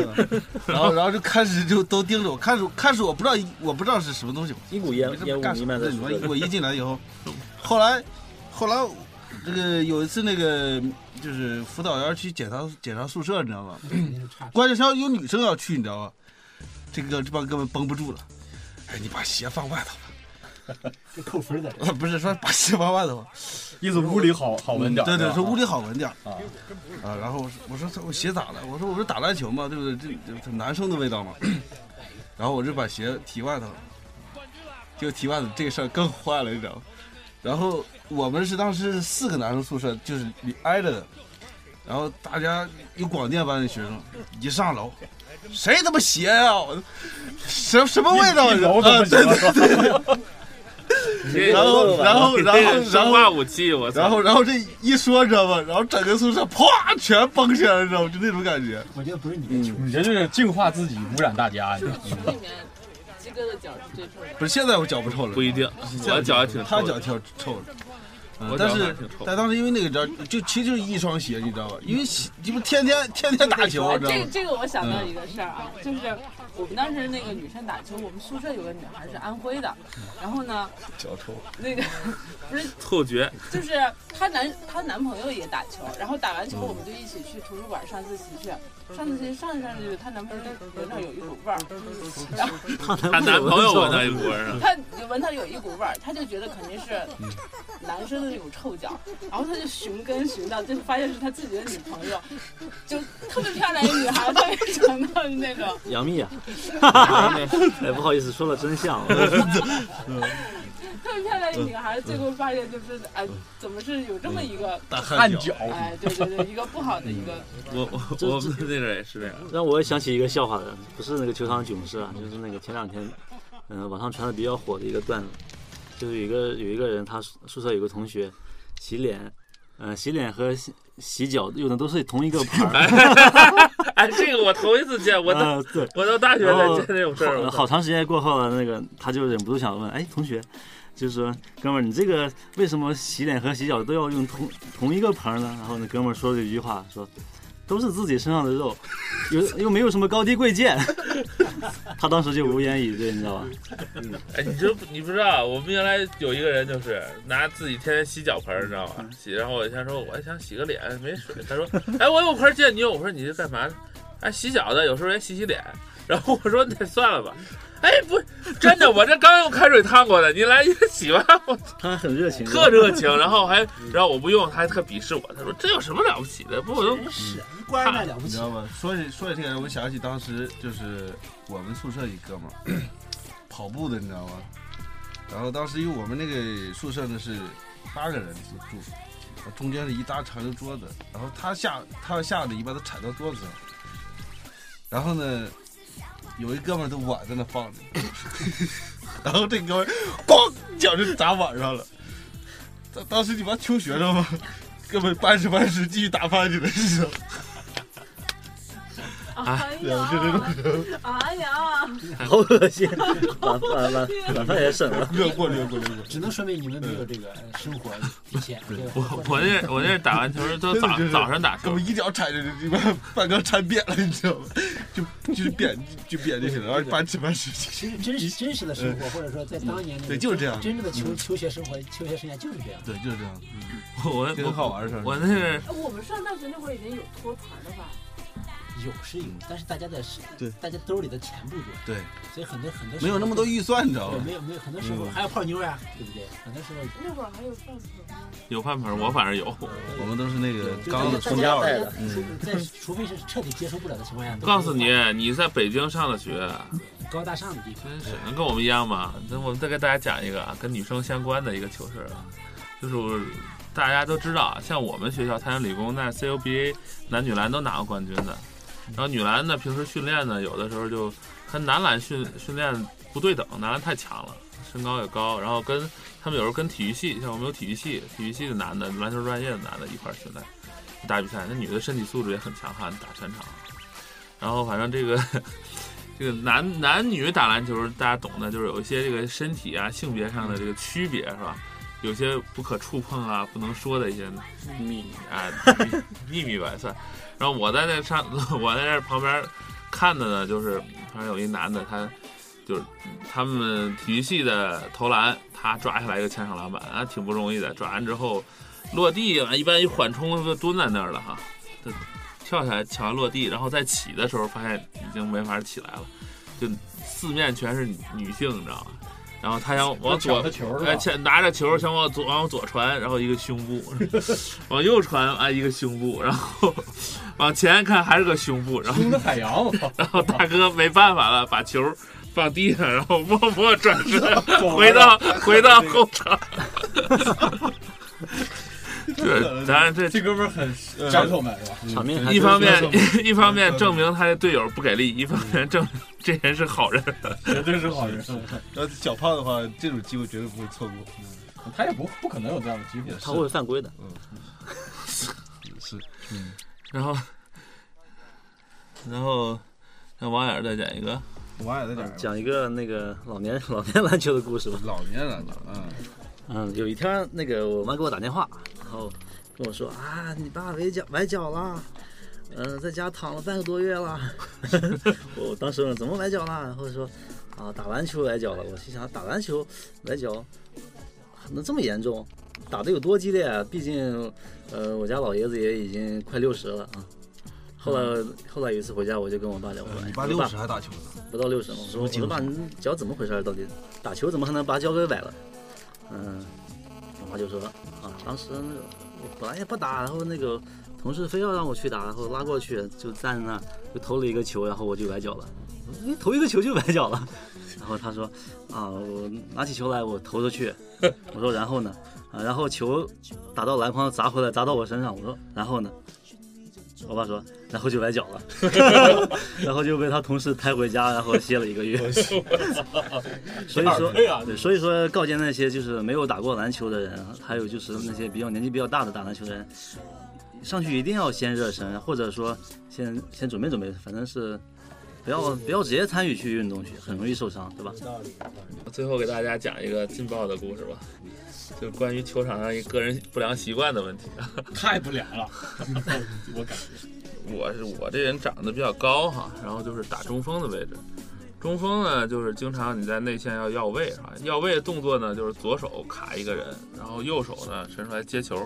Speaker 5: 然后然后就开始就都盯着我，开始开始我不知道我不知道是什么东西，
Speaker 10: 一股烟
Speaker 5: 没这
Speaker 10: 烟
Speaker 5: 么
Speaker 10: 雾
Speaker 5: 干什
Speaker 10: 弥
Speaker 5: 么
Speaker 10: 漫在
Speaker 5: 事
Speaker 10: 宿
Speaker 5: 我
Speaker 10: 舍
Speaker 5: 一我一进来以后，后来后来这个有一次那个就是辅导员去检查检查宿舍，你知道吗？
Speaker 8: 肯定是差。
Speaker 5: 关键是要有女生要去，你知道吗？这个这帮哥们绷不住了，哎，你把鞋放外头
Speaker 8: 这扣分的，
Speaker 5: 吧，不是说把鞋放外头吧，
Speaker 6: 意思屋里好好闻点儿。
Speaker 5: 嗯对对，
Speaker 6: 嗯是
Speaker 5: 说
Speaker 6: 吧
Speaker 5: 屋里好闻点儿
Speaker 6: 啊
Speaker 5: 啊。然后我说我说我鞋咋了？我说我说打篮球嘛，对不对？这这这男生的味道嘛。 然后我就把鞋提外头了，就提外头这个事儿更坏了，你知道吗？然后我们是当时四个男生宿舍，就是挨着的，然后大家有广电班的学生一上楼，谁他妈鞋啊？我什什么味道啊？
Speaker 6: 一楼都
Speaker 5: 啊
Speaker 6: 不
Speaker 5: 对
Speaker 6: 行
Speaker 5: 对
Speaker 6: 了
Speaker 5: 然后然后然后然
Speaker 2: 生
Speaker 5: 后
Speaker 2: 化武器，我
Speaker 5: 然
Speaker 2: 操
Speaker 5: 后，！然后这一说，知道吗？然后整个宿舍啪全蹦起来了，知道吗？就那种感觉。
Speaker 8: 我觉得不是你的球，
Speaker 6: 你这就是净化自己，污染大家。你知道吗
Speaker 7: 群里面鸡哥的脚是最臭的。
Speaker 5: 不是现在我脚不臭了，
Speaker 2: 不一定，我脚还挺
Speaker 5: 他
Speaker 2: 臭的
Speaker 5: 脚跳臭了。嗯
Speaker 2: 我
Speaker 5: 但
Speaker 2: 脚还
Speaker 5: 是
Speaker 2: 挺臭的
Speaker 5: 但当时因为那个你知道，就其实就是一双鞋，你知道吧？因为鞋你不天天天天打球，啊
Speaker 7: 哎，
Speaker 5: 你知道
Speaker 7: 这个
Speaker 5: 吗？
Speaker 7: 这个我想到一个事儿啊，就是我们当时那个女生打球，我们宿舍有个女孩是安徽的，然后呢，脚臭，那个不是
Speaker 2: 错 觉，
Speaker 7: 就是她男她男朋友也打球，然后打完球我们就一起去图书馆上自习去，上自习上着上着就她男朋友身上有一股味儿，然后
Speaker 2: 她男朋友闻到一股味儿 啊，
Speaker 7: 她就闻到有一股味儿，她就觉得肯定是男生的那种臭脚，然后她就寻根寻到，就发现是她自己的女朋友，就特别漂亮一个女孩，特别长到那种。
Speaker 10: 杨 幂啊，哎，不好意思，说了真相啊了。
Speaker 7: 特别漂亮一女孩，最后发现就是哎，怎么是有这么一个
Speaker 5: 大汗
Speaker 6: 汗脚，
Speaker 7: 哎，对对对，一个不好的一个，
Speaker 2: 我我我们那阵儿也是这 样，
Speaker 10: 让我想起一个笑话的，不是那个球场囧事啊，就是那个前两天，嗯、网上传的比较火的一个段子，就是有一个有一个人，他宿宿舍有个同学洗脸，呃，洗脸和洗洗脚用的都是同一个盘儿。
Speaker 2: 哎，这个我头一次见，我
Speaker 5: 嗯
Speaker 2: 到
Speaker 10: 呃对，
Speaker 2: 我到大学才
Speaker 10: 然后
Speaker 2: 见这种事儿，
Speaker 10: 好
Speaker 2: 我
Speaker 10: 好
Speaker 2: 操
Speaker 10: 长时间过后了，那个他就忍不住想问，哎，同学，就是说，哥们儿，你这个为什么洗脸和洗脚都要用同同一个盆儿呢？然后那哥们儿说了一句话，说都是自己身上的肉，又又没有什么高低贵贱。 他当时就无言以对，你知道吧？
Speaker 2: 哎，你这你不知道，我们原来有一个人就是拿自己天天洗脚盆儿，你知道
Speaker 5: 嗯
Speaker 2: 吧？洗，然后我先说我还想洗个脸，没水，他说，哎，我有盆儿借你用，我说你这干嘛呢？哎，洗脚的，有时候也洗洗脸。然后我说那算了吧，哎，不，真的，我这刚用开水烫过的，你来一个洗吧，我
Speaker 10: 他很热情，
Speaker 2: 特热情，然后还，然后我不用，他还特鄙视我，他说这有什么了不起的，不我都
Speaker 8: 无关那了不
Speaker 5: 你知
Speaker 8: 起。
Speaker 5: 道吗？说起说起这个，我想起当时就是我们宿舍一哥们 儿跑步的，你知道吗？然后当时因为我们那个宿舍呢是八个人就住，然后中间是一大长的桌子，然后他下他要下着一般都踩到桌子上，然后呢，有一哥们儿的碗在那放着， 然后这哥们儿咣一脚就砸碗上了，当当时你妈求学生嘛，哥们儿搬着搬着继续打翻起来，你知道吗？
Speaker 9: 哎
Speaker 5: 对我就这种
Speaker 9: 呀，
Speaker 5: 人。
Speaker 9: 哎呀，
Speaker 10: 好恶心，晚晚晚晚饭也省了。
Speaker 5: 略过略过略过，
Speaker 8: 只能说明你们没有这
Speaker 5: 嗯
Speaker 8: 个呃生活体现。对吧
Speaker 2: 我我那我那打完球都早早上打
Speaker 5: 哥
Speaker 2: 球
Speaker 5: 们，一脚踩着这把半缸铲扁了，你知道吗？就就是扁就扁就行了，然后搬吃搬吃。
Speaker 8: 其实真实真实的生活，或者说在当年那个
Speaker 5: 嗯对就是这样嗯
Speaker 8: 真正的求求学生活、求学生涯就是这样。
Speaker 5: 对，就是这样，
Speaker 2: 我我
Speaker 5: 挺好玩的事儿。
Speaker 2: 我那是
Speaker 9: 我们上大学那会儿已经有托盘了吧？
Speaker 8: 有是有，但是大家的是
Speaker 5: 嗯对
Speaker 8: 大家兜里的钱不多，
Speaker 5: 对
Speaker 8: 所以很多很多时
Speaker 5: 没有
Speaker 8: 候
Speaker 5: 那么多预算，你知道
Speaker 8: 对，
Speaker 5: 吗？
Speaker 8: 没有没有，很多时候
Speaker 5: 嗯
Speaker 8: 还要泡妞呀，对不对？很多时候
Speaker 9: 那会儿还有饭盆。
Speaker 2: 有饭盆，我反正有。
Speaker 5: 我们都是那个
Speaker 8: 就
Speaker 5: 刚
Speaker 8: 大
Speaker 5: 子
Speaker 8: 家
Speaker 5: 塑料
Speaker 8: 大家
Speaker 5: 的，嗯
Speaker 8: 除在除非是彻底接受不了的情况下，
Speaker 2: 我告诉你，你在北京上的学，
Speaker 8: 高大上的地方，
Speaker 2: 真是能跟我们一样吗？那我们再给大家讲一个啊，跟女生相关的一个糗事儿啊，就是我大家都知道啊，像我们学校太原理工那 CUBA 男女篮都拿过冠军的，然后女篮呢平时训练呢有的时候就和男篮训训练不对等，男篮太强了，身高也高，然后跟他们有时候跟体育系，像我们有体育系，体育系的男的篮球专业的男的一块儿训练打比赛，那女的身体素质也很强悍，打全场，然后反正这个。这个男男女打篮球，大家懂的，就是有一些这个身体啊、性别上的这个区别，是吧？有些不可触碰啊、不能说的一些秘密啊、 秘密吧也算。然后我在那上，我在那旁边看的呢，就是反正有一男的，他就是他们体育系的投篮，他抓下来一个前场篮板，啊，挺不容易的。抓完之后落地啊，一般一缓冲就蹲在那儿了哈，就跳下来抢完落地，然后再起的时候发现已经没法起来了，就四面全是女女性，你知道吗？然后他想往左
Speaker 6: 抢着球是吧
Speaker 2: 哎，前拿着球想往左往左传，然后一个胸部， 往右传啊一个胸部，然后往前看还是个胸部，然后
Speaker 6: 中的海洋，我操！
Speaker 2: 然后大哥没办法了，把球放地上，然后默默转身回到回到后场。对，当然这
Speaker 6: 这哥们儿很
Speaker 5: 长
Speaker 6: 战斗们是吧？
Speaker 10: 场面还
Speaker 2: 一方面
Speaker 10: 真是嗯
Speaker 2: 一方面证明他的队友不给力，一方面证明这人是好人。
Speaker 6: 绝对是好人，
Speaker 5: 要是小胖的话，这种机会绝对不会错过。
Speaker 6: 他也不不可能有这样的机会
Speaker 5: 也。是
Speaker 10: 他会犯规的。
Speaker 5: 是，
Speaker 2: 然后，然后让王眼儿再讲一个，
Speaker 5: 我也在这儿
Speaker 10: 讲一个那个老年老年篮球的故事吧。
Speaker 5: 老年人了，嗯，
Speaker 10: 嗯，有一天那个我妈给我打电话，然后跟我说啊，你爸崴脚崴脚了，嗯、在家躺了半个多月了。我当时问怎么崴脚了，然后说啊，打篮球崴脚了。我心想打篮球崴脚能这么严重？打得有多激烈啊？毕竟呃，我家老爷子也已经快六十了啊。后来后来有一次回家，我就跟我爸聊，我说
Speaker 5: 嗯你
Speaker 10: 哎
Speaker 5: 爸
Speaker 10: 你
Speaker 5: 六十还打球呢，
Speaker 10: 不到六十嘛。我说我说爸，你脚怎么回事儿？到底打球怎么还能把脚给崴了？嗯，我妈就说啊，当时那个我本来也不打，然后那个同事非要让我去打，然后拉过去就站那儿就投了一个球，然后我就崴脚了。我说你投一个球就崴脚了？ 然后他说啊，我拿起球来我投出去。我说然后呢？啊，然后球打到篮筐砸回来砸到我身上。我说然后呢？我爸说，然后就崴脚了， 然后就被他同事抬回家，然后歇了一个月。 所以说，对，所以说告诫那些就是没有打过篮球的人，还有就是那些比较年纪比较大的打篮球的人，上去一定要先热身，或者说先先准备准备，反正是不要不要直接参与去运动去，很容易受伤，对吧？
Speaker 2: 最后给大家讲一个劲爆的故事吧，就关于球场上一个人不良习惯的问题。
Speaker 6: 太不良了，我感觉
Speaker 2: 我是我这人长得比较高哈，然后就是打中锋的位置。中锋呢，就是经常你在内线要要位啊，要位的动作呢就是左手卡一个人，然后右手呢伸出来接球，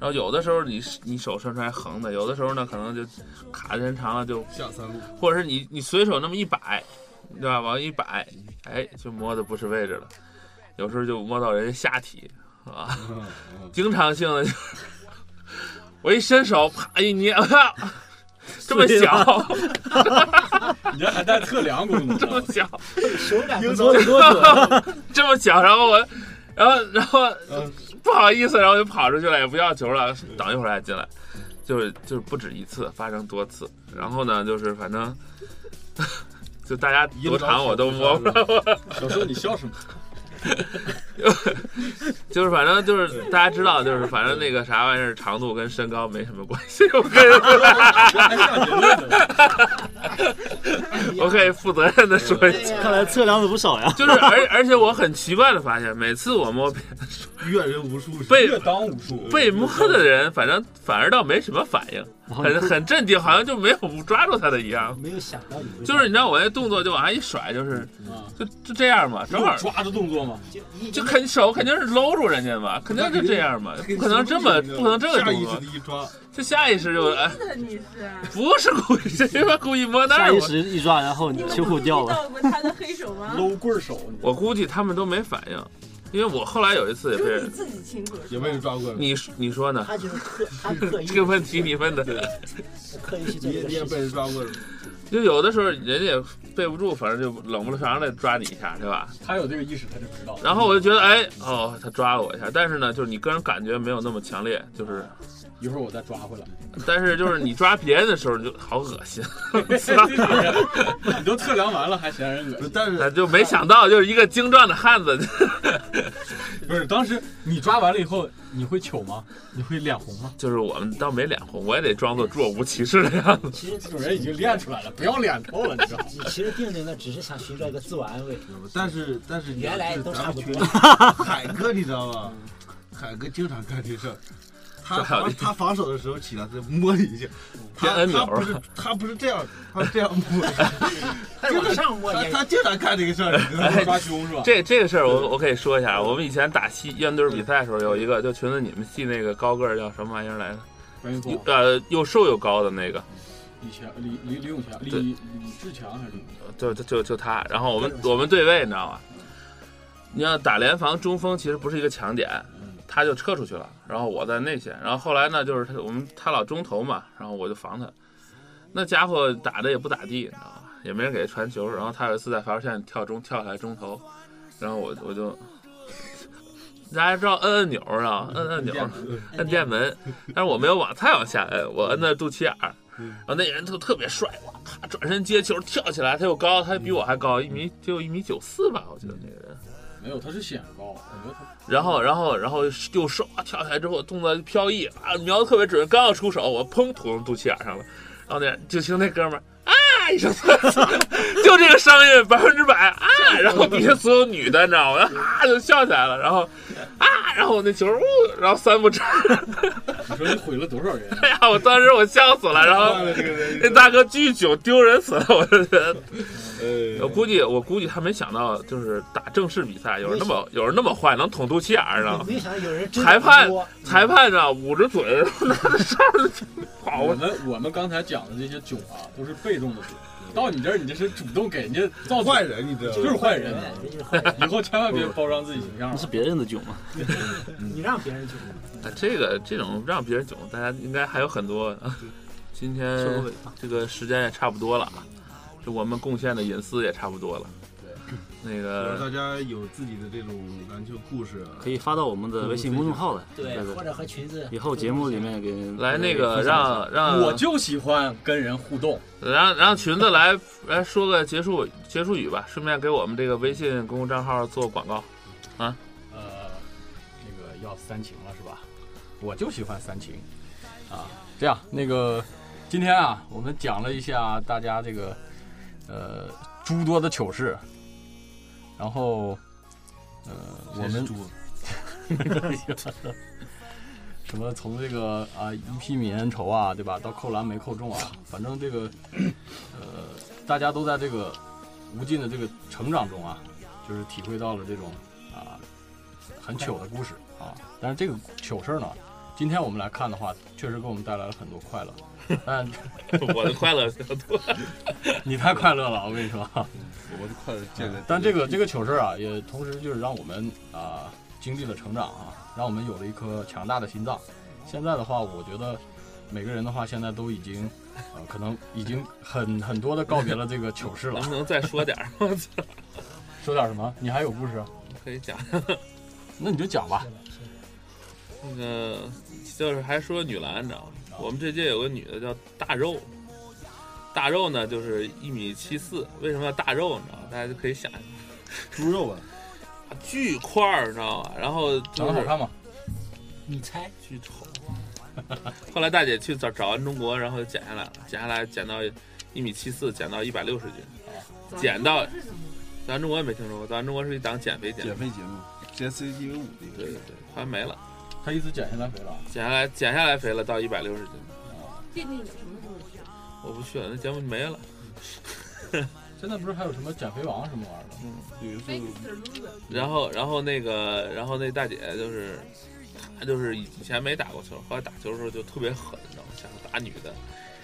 Speaker 2: 然后有的时候你你手伸出来横的，有的时候呢可能就卡的时间长了就
Speaker 5: 下三路，
Speaker 2: 或者是你你随手那么一摆，对吧？往一摆，哎，就摸的不是位置了，有时候就摸到人家下体啊，经常性的就我一伸手，啪一捏， 这么小，
Speaker 6: 你这还带测量功能
Speaker 2: 这么
Speaker 6: 呢，
Speaker 2: 小，
Speaker 8: 手感
Speaker 10: 多多
Speaker 2: 这么小，然后我，然后然后。不好意思，然后就跑出去了，也不要球了，等一会儿再进来，就是就是不止一次，发生多次。然后呢，就是反正 就大家多长我都摸不着。
Speaker 6: 小时候你笑 什么？
Speaker 2: 就是反正就是大家知道，就是反正那个啥玩意儿，长度跟身高没什么关系。我跟你说，我可以负责任的说一句，
Speaker 10: 看来测量的不少呀。
Speaker 2: 就是而而且我很奇怪的发现，每次我摸别
Speaker 11: 阅人无数，
Speaker 2: 被
Speaker 11: 阅当无数，
Speaker 2: 被摸的人，反正反而倒没什么反应，很很镇定，好像就没有抓住他的一样。
Speaker 8: 没有想到你会
Speaker 2: 就是你知道我那动作就往下一甩，就是就就这样嘛，正好
Speaker 6: 抓着动作嘛，
Speaker 2: 就肯手肯定是搂住人家嘛，肯定是这样嘛，不可能这么不可能这个
Speaker 11: 下
Speaker 2: 动
Speaker 11: 意识
Speaker 2: 作
Speaker 11: 的，一抓，
Speaker 2: 就下意识就哎，
Speaker 9: 的你是啊
Speaker 2: 不是故意， 谁他妈故意摸那
Speaker 10: 下
Speaker 2: 儿
Speaker 10: 意
Speaker 2: 我
Speaker 10: 识一抓，然后你秋裤掉
Speaker 9: 遇
Speaker 10: 了。
Speaker 9: 到过他的黑手吗？
Speaker 6: 搂棍手，你
Speaker 2: 我估计他们都没反应，因为我后来有一次也被
Speaker 9: 就是你
Speaker 2: 人，
Speaker 9: 自己亲口说
Speaker 11: 也被人抓过了，
Speaker 2: 你说你说呢？
Speaker 8: 他就是刻，他刻意
Speaker 2: 这个问题你问的，
Speaker 8: 刻意去做
Speaker 11: 你
Speaker 8: 这
Speaker 11: 也
Speaker 8: 个
Speaker 11: 你也
Speaker 8: 事
Speaker 11: 被
Speaker 8: 情。
Speaker 11: 人抓过了，
Speaker 2: 就有的时候人家也背不住，反正就冷不防的抓你一下，对吧？
Speaker 6: 他有这个意识，他就知道。
Speaker 2: 然后我就觉得，哎，哦，他抓了我一下，但是呢，就是你个人感觉没有那么强烈，就是，
Speaker 6: 一会儿我再抓回来。
Speaker 2: 但是就是你抓别人的时候你就好恶心，
Speaker 6: 你都测量完了还嫌人恶
Speaker 11: 不
Speaker 6: 心
Speaker 11: 是？但是
Speaker 2: 就没想到就是一个精壮的汉子，
Speaker 6: 不是，当时你抓完了以后，你会糗吗？你会脸红吗？
Speaker 2: 就是我们倒没脸红，我也得装作若无其事的样子。
Speaker 8: 其实
Speaker 6: 这种人已经练出来了，不要脸臭了，你 知道吗？
Speaker 8: 你其实定定的只是想寻找一个自我安 慰，
Speaker 11: 但是但是你要
Speaker 8: 原来
Speaker 11: 是
Speaker 8: 都
Speaker 11: 咱
Speaker 8: 差
Speaker 11: 们
Speaker 8: 不
Speaker 11: 群
Speaker 8: 多
Speaker 11: 里海哥你知道吗？海哥经常干这事儿。他
Speaker 2: 这还有
Speaker 11: 防
Speaker 2: 这
Speaker 11: 他防守的时候起来，他摸你一下，
Speaker 2: 别
Speaker 11: 他
Speaker 2: 摁钮
Speaker 11: 他
Speaker 2: 儿
Speaker 11: 不是他不是这样，他这样摸，
Speaker 8: 但是往上摸
Speaker 11: 他
Speaker 8: 也
Speaker 11: 他经常干这个事儿，你知道吗？
Speaker 6: 抓胸是吧？
Speaker 2: 这这个事儿我我可以说一下，啊我们以前打西院队比赛的时候，有一个就裙子你们系那个高个儿叫什么玩意儿来着？
Speaker 6: 关云
Speaker 2: 有
Speaker 6: 峰、
Speaker 2: 呃，又瘦又高的那个，
Speaker 6: 李强、李李李永强、李
Speaker 2: 对
Speaker 6: 李志强还是李？
Speaker 2: 就就就就他。然后我们我们对位，你知道吗？你要打联防中锋其实不是一个强点，他就撤出去了，然后我在内线。然后后来呢，就是他我们他老中投嘛，然后我就防他。那家伙打的也不咋地，你知道吧？也没人给他传球。然后他有一次在罚球线跳中跳下来中投，然后我我就。大家知道摁按钮儿啊，摁按钮儿，摁电门，但是我没有往太往下摁，我摁的肚脐眼儿，然后那人就特别帅，哇咔啊转身接球跳起来，他又高，他比我还高，一米只有一米九四吧，我觉得那个人。
Speaker 6: 没有，他是显高，我觉得他
Speaker 2: 然后，然后，然后又瘦，啊跳起来之后动作飘逸啊，瞄的特别准，刚要出手，我砰捅到肚脐眼上了，然后那就听那哥们儿啊一声， 就这个声音百分之百啊，然后底下所有女的你知道吗？啊就笑起来了，然后啊，然后我那球呜，然后三不沾，
Speaker 6: 你说你毁了多少人？
Speaker 2: 哎呀，我当时我笑死了，然后
Speaker 11: 忘了这个人
Speaker 2: 那大哥巨囧丢人死了，我就觉得。
Speaker 11: 呃
Speaker 2: 我估计，我估计他没想到，就是打正式比赛，有人那么有人那么坏，能捅肚脐眼儿呢。
Speaker 8: 没想到有嗯人真的
Speaker 2: 裁判
Speaker 8: 摸
Speaker 2: 裁判呢，捂着嘴，拿着扇子跑
Speaker 6: 我们我们刚才讲的这些囧啊，都是被动的囧，到你这儿你这是主动给人家
Speaker 11: 坏
Speaker 6: 造坏，
Speaker 11: 人，你知道
Speaker 6: 就是
Speaker 11: 吗？
Speaker 6: 坏人。啊
Speaker 8: 对这就是坏人
Speaker 6: 以后千万别包装自己形象
Speaker 10: 那
Speaker 6: 了
Speaker 10: 是。别人的囧吗？
Speaker 8: 你让别人去摸，
Speaker 2: 哎这个这种让别人囧，大家应该还有很多。啊今天这个时间也差不多了，啊，就我们贡献的隐私也差不多了。那
Speaker 11: 就是
Speaker 2: 个
Speaker 11: 大家有自己的这种篮球故事啊，
Speaker 10: 可以发到我们的微信公众号来。
Speaker 8: 对，或者和裙子
Speaker 10: 以后节目里面给
Speaker 2: 来那个
Speaker 10: 分享一下
Speaker 2: 让让
Speaker 6: 我就喜欢跟人互动，
Speaker 2: 让让裙子来来说个结束结束语吧，顺便给我们这个微信公众账号做广告。
Speaker 6: 呃，那个要三情了是吧？我就喜欢三情啊。这样，那个今天啊，我们讲了一下大家这个呃诸多的糗事，然后呃我们
Speaker 11: 猪，
Speaker 6: 什么从这个啊一匹免烟愁啊，对吧？到扣篮没扣中啊，反正这个呃大家都在这个无尽的这个成长中啊，就是体会到了这种啊很糗的故事啊。但是这个糗事儿呢，今天我们来看的话，确实给我们带来了很多 快乐。但
Speaker 2: 我的快乐比较多。
Speaker 6: 你太快乐了，我跟你说。嗯
Speaker 11: 我都快见了。
Speaker 6: 但这个这个糗事儿啊，也同时就是让我们啊、经历了成长啊，让我们有了一颗强大的心脏。现在的话，我觉得每个人的话，现在都已经呃，可能已经很很多的告别了这个糗事
Speaker 2: 能
Speaker 6: 了
Speaker 2: 不。能再说点儿？ 我操，
Speaker 6: 说点什么？你还有故事？啊
Speaker 2: 可以讲。
Speaker 6: 那你就讲吧。
Speaker 2: 那个就是还说女篮，你知道吗？我们这届有个女的叫大肉，大肉呢就是一米七四，为什么叫大肉？你知道吗？大家就可以想一下，
Speaker 11: 猪肉啊，
Speaker 2: 巨块儿，你知道吗？然后
Speaker 6: 长得好看吗？
Speaker 8: 你猜？
Speaker 2: 巨丑。 后来大姐去找找完中国，然后就减下来了，减下来减到一米七四，减到一百六十斤，减到咱中国也没听说过，咱中国是一档减肥节目，
Speaker 5: 减肥节目，JCTV 五那
Speaker 2: 对对对，好像没了，
Speaker 6: 他一直减下来肥了，
Speaker 2: 减下来减下来肥了到一百六十斤，
Speaker 9: 鉴定什么啊时候去？
Speaker 2: 我不去了，那节目没了。
Speaker 6: 现在不是还有什么减肥王什么玩意儿的？
Speaker 5: 有
Speaker 2: 嗯
Speaker 5: 一
Speaker 9: 次
Speaker 2: 然后然后那个然后那大姐就是，她就是以前没打过球，后来打球的时候就特别狠，你知道吗？想打女的，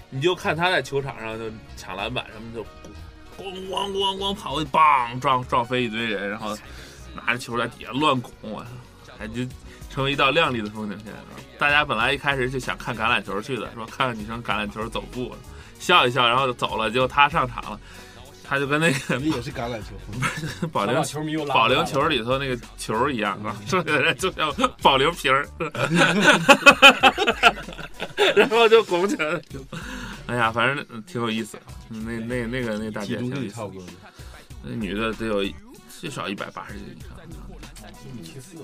Speaker 2: 你就看她在球场上就抢篮板什么就咣咣咣咣跑过去，梆撞撞飞一堆人，然后拿着球在底下乱拱，我操，哎就成为一道亮丽的风景线。大家本来一开始就想看橄榄球去的，说看看女生橄榄球走步，笑一笑，然后就走了。结果她上场了，她就跟那个
Speaker 11: 也是橄榄球，
Speaker 2: 保龄
Speaker 11: 把球迷又拉回来
Speaker 2: 保龄
Speaker 11: 了嗯
Speaker 2: 球里头那个球一样啊，剩下的 人就像保龄 瓶儿，然后就拱起来了。哎呀，反正挺有意思，那那那个那大姐
Speaker 11: 体重
Speaker 2: 挺有
Speaker 11: 跟
Speaker 2: 意
Speaker 11: 你
Speaker 2: 思
Speaker 11: 差不多，
Speaker 2: 那女的得有一最少一百八十斤以上，
Speaker 6: 一
Speaker 11: 嗯
Speaker 6: 米七
Speaker 11: 哦
Speaker 6: 四，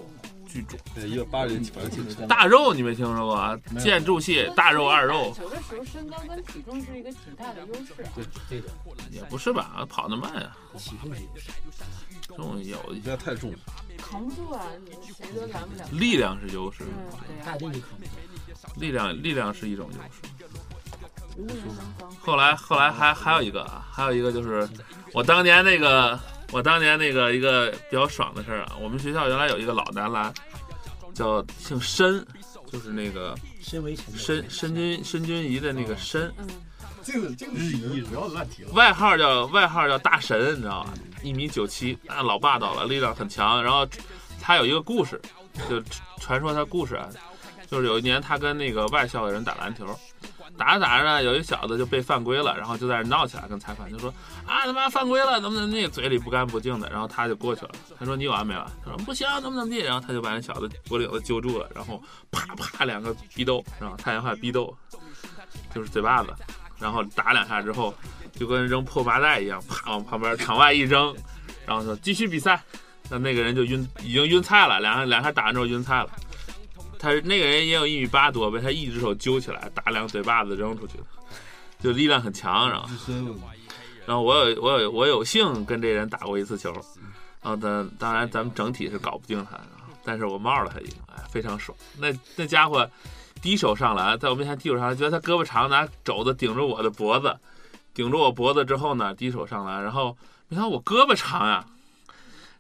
Speaker 2: 巨重。
Speaker 11: 对，一百八十几百几十
Speaker 2: 大肉你没听说过啊？
Speaker 11: 没有
Speaker 2: 建筑系大肉二肉
Speaker 9: 球的时候，身高跟体重是一个挺大的优势。啊
Speaker 8: 对的，
Speaker 2: 也不是吧？跑得慢啊，
Speaker 8: 体重也是。
Speaker 2: 重有
Speaker 11: 不要太重，
Speaker 9: 扛不住啊，你谁都拦不了。
Speaker 2: 力量是优势，
Speaker 9: 嗯，对啊，
Speaker 8: 大力你
Speaker 2: 力量力量是一种优势。
Speaker 9: 无人能防。
Speaker 2: 后来后来还还有一个啊，还有一个就是我当年那个我当年那个一个比较爽的事儿啊，我们学校原来有一个老男篮，叫姓申，就是那个
Speaker 8: 身为成
Speaker 2: 申申军申军仪的那个申，
Speaker 6: 这个这个日语不要乱提了。
Speaker 2: 外号叫外号叫大神，你知道吗？一米九七，啊，老霸道了，力量很强。然后他有一个故事，就传说他故事啊，就是有一年他跟那个外校的人打篮球，打着打着呢，有一小子就被犯规了，然后就在那闹起来，跟裁判就说啊他妈犯规了，怎么怎么地，嘴里不干不净的。然后他就过去了，他说你有完没完？他说不行，怎么怎么地。然后他就把那小子脖领子揪住了，然后啪啪两个逼斗，然后太原话逼斗就是嘴巴子，然后打两下之后。就跟扔破麻袋一样，啪往旁边场外一扔，然后说继续比赛。那那个人就晕，已经晕菜了，两下两下打完之后晕菜了。他那个人也有一米八多，被他一只手揪起来，打两嘴巴子扔出去的，就力量很强。然后，
Speaker 11: 啊
Speaker 2: 然后我有我有我有幸跟这人打过一次球，然后当当然咱们整体是搞不定他，啊但是我冒了他一个，哎，非常爽。那那家伙低手上篮，在我面前低手上篮，觉得他胳膊长，拿肘子顶着我的脖子，顶住我脖子之后呢，低手上篮，然后没想到我胳膊长呀、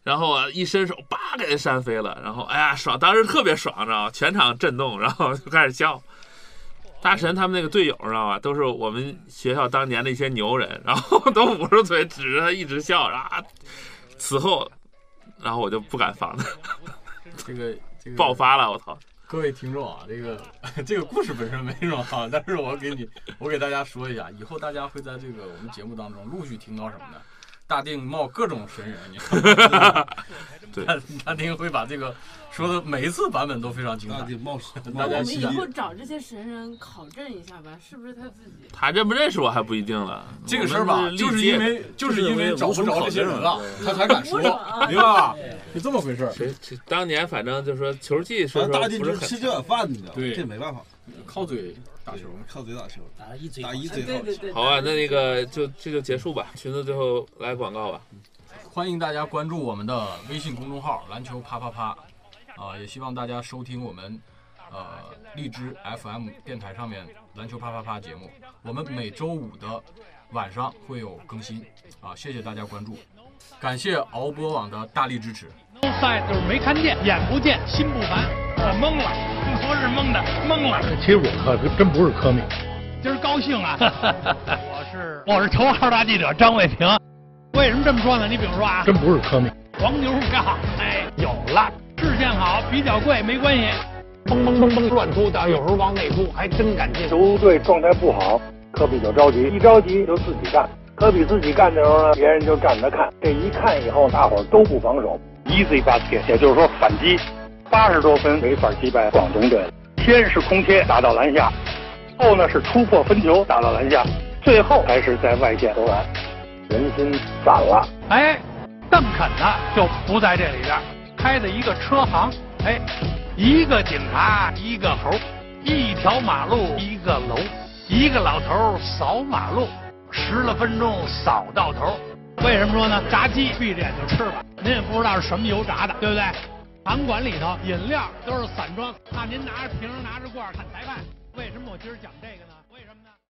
Speaker 2: 然后啊一伸手，叭给他扇飞了，然后哎呀爽，当时特别爽，知道吗？全场震动，然后就开始笑。大神他们那个队友，知道吧？都是我们学校当年的一些牛人，然后 都捂着嘴指着他一直笑，然后啊此后，然后我就不敢防他，
Speaker 6: 这个这个
Speaker 2: 爆发了，我操！
Speaker 6: 各位听众啊，这个 这个故事本身没什么好，但是我给你，我给大家说一下，以后大家会在这个我们节目当中陆续听到什么呢？大定冒各种神人，你知道吗？
Speaker 2: 对
Speaker 6: 大大定会把这个说的每一次版本都非常精彩。大定
Speaker 11: 冒
Speaker 6: 大
Speaker 9: 我
Speaker 6: 家
Speaker 9: 们
Speaker 6: 期
Speaker 9: 以
Speaker 6: 待
Speaker 9: 后找这些神人考证一下吧，是不是他自己？
Speaker 2: 他认不认识我还不一定了。
Speaker 6: 这个事儿吧，就是因为就是因为找不着这些人了，他才敢说，明白吧？就这么回事儿。
Speaker 2: 谁谁当年反正就说球技说
Speaker 11: 反正大
Speaker 2: 说
Speaker 11: 金
Speaker 2: 不
Speaker 11: 就
Speaker 2: 是
Speaker 11: 是吃
Speaker 2: 很，
Speaker 11: 这碗饭的，
Speaker 6: 对
Speaker 11: 这没办法，
Speaker 6: 靠嘴打球，
Speaker 11: 靠嘴打球，
Speaker 8: 打了一嘴
Speaker 11: 打一
Speaker 9: 对
Speaker 11: 嘴炮
Speaker 9: 对对。
Speaker 2: 好啊，那那个就这就结束吧。裙子最后来广告吧。
Speaker 6: 欢迎大家关注我们的微信公众号“篮球啪啪啪”，啊、也希望大家收听我们呃荔枝 FM 电台上面“篮球啪啪啪”节目，我们每周五的晚上会有更新，啊、谢谢大家关注，感谢敖波网的大力支持。
Speaker 12: 赛就是没看见，眼不见心不烦，我懵了，不是懵的，懵了。
Speaker 13: 其实我可真不是科密，
Speaker 12: 今儿高兴啊！我是我是头号大记者张卫平。为什么这么说呢？你比如说啊，
Speaker 13: 真不是科密。
Speaker 12: 黄牛票，哎，有了，质量好，比较贵，没关系。
Speaker 13: 嘣嘣嘣嘣乱突，但有时候往内突，还真敢进。球队状态不好，科比就着急，一着急就自己干。科比自己干的时候呢，别人就站着看。这一看以后，大伙儿都不防守，easy basket，也就是说反击。八十多分没法击败广东队。先是空切打到篮下，后呢是突破分球打到篮下，最后还是在外线投篮，人心散了。
Speaker 12: 哎，邓肯呢就不在这里边儿，开的一个车行，哎，一个警察，一个猴，一条马路，一个楼，一个老头儿扫马路，十来分钟扫到头。为什么说呢？炸鸡闭着眼睛吃吧，您也不知道是什么油炸的，对不对？场馆里头饮料都是散装，看您拿着瓶儿拿着罐儿看裁判。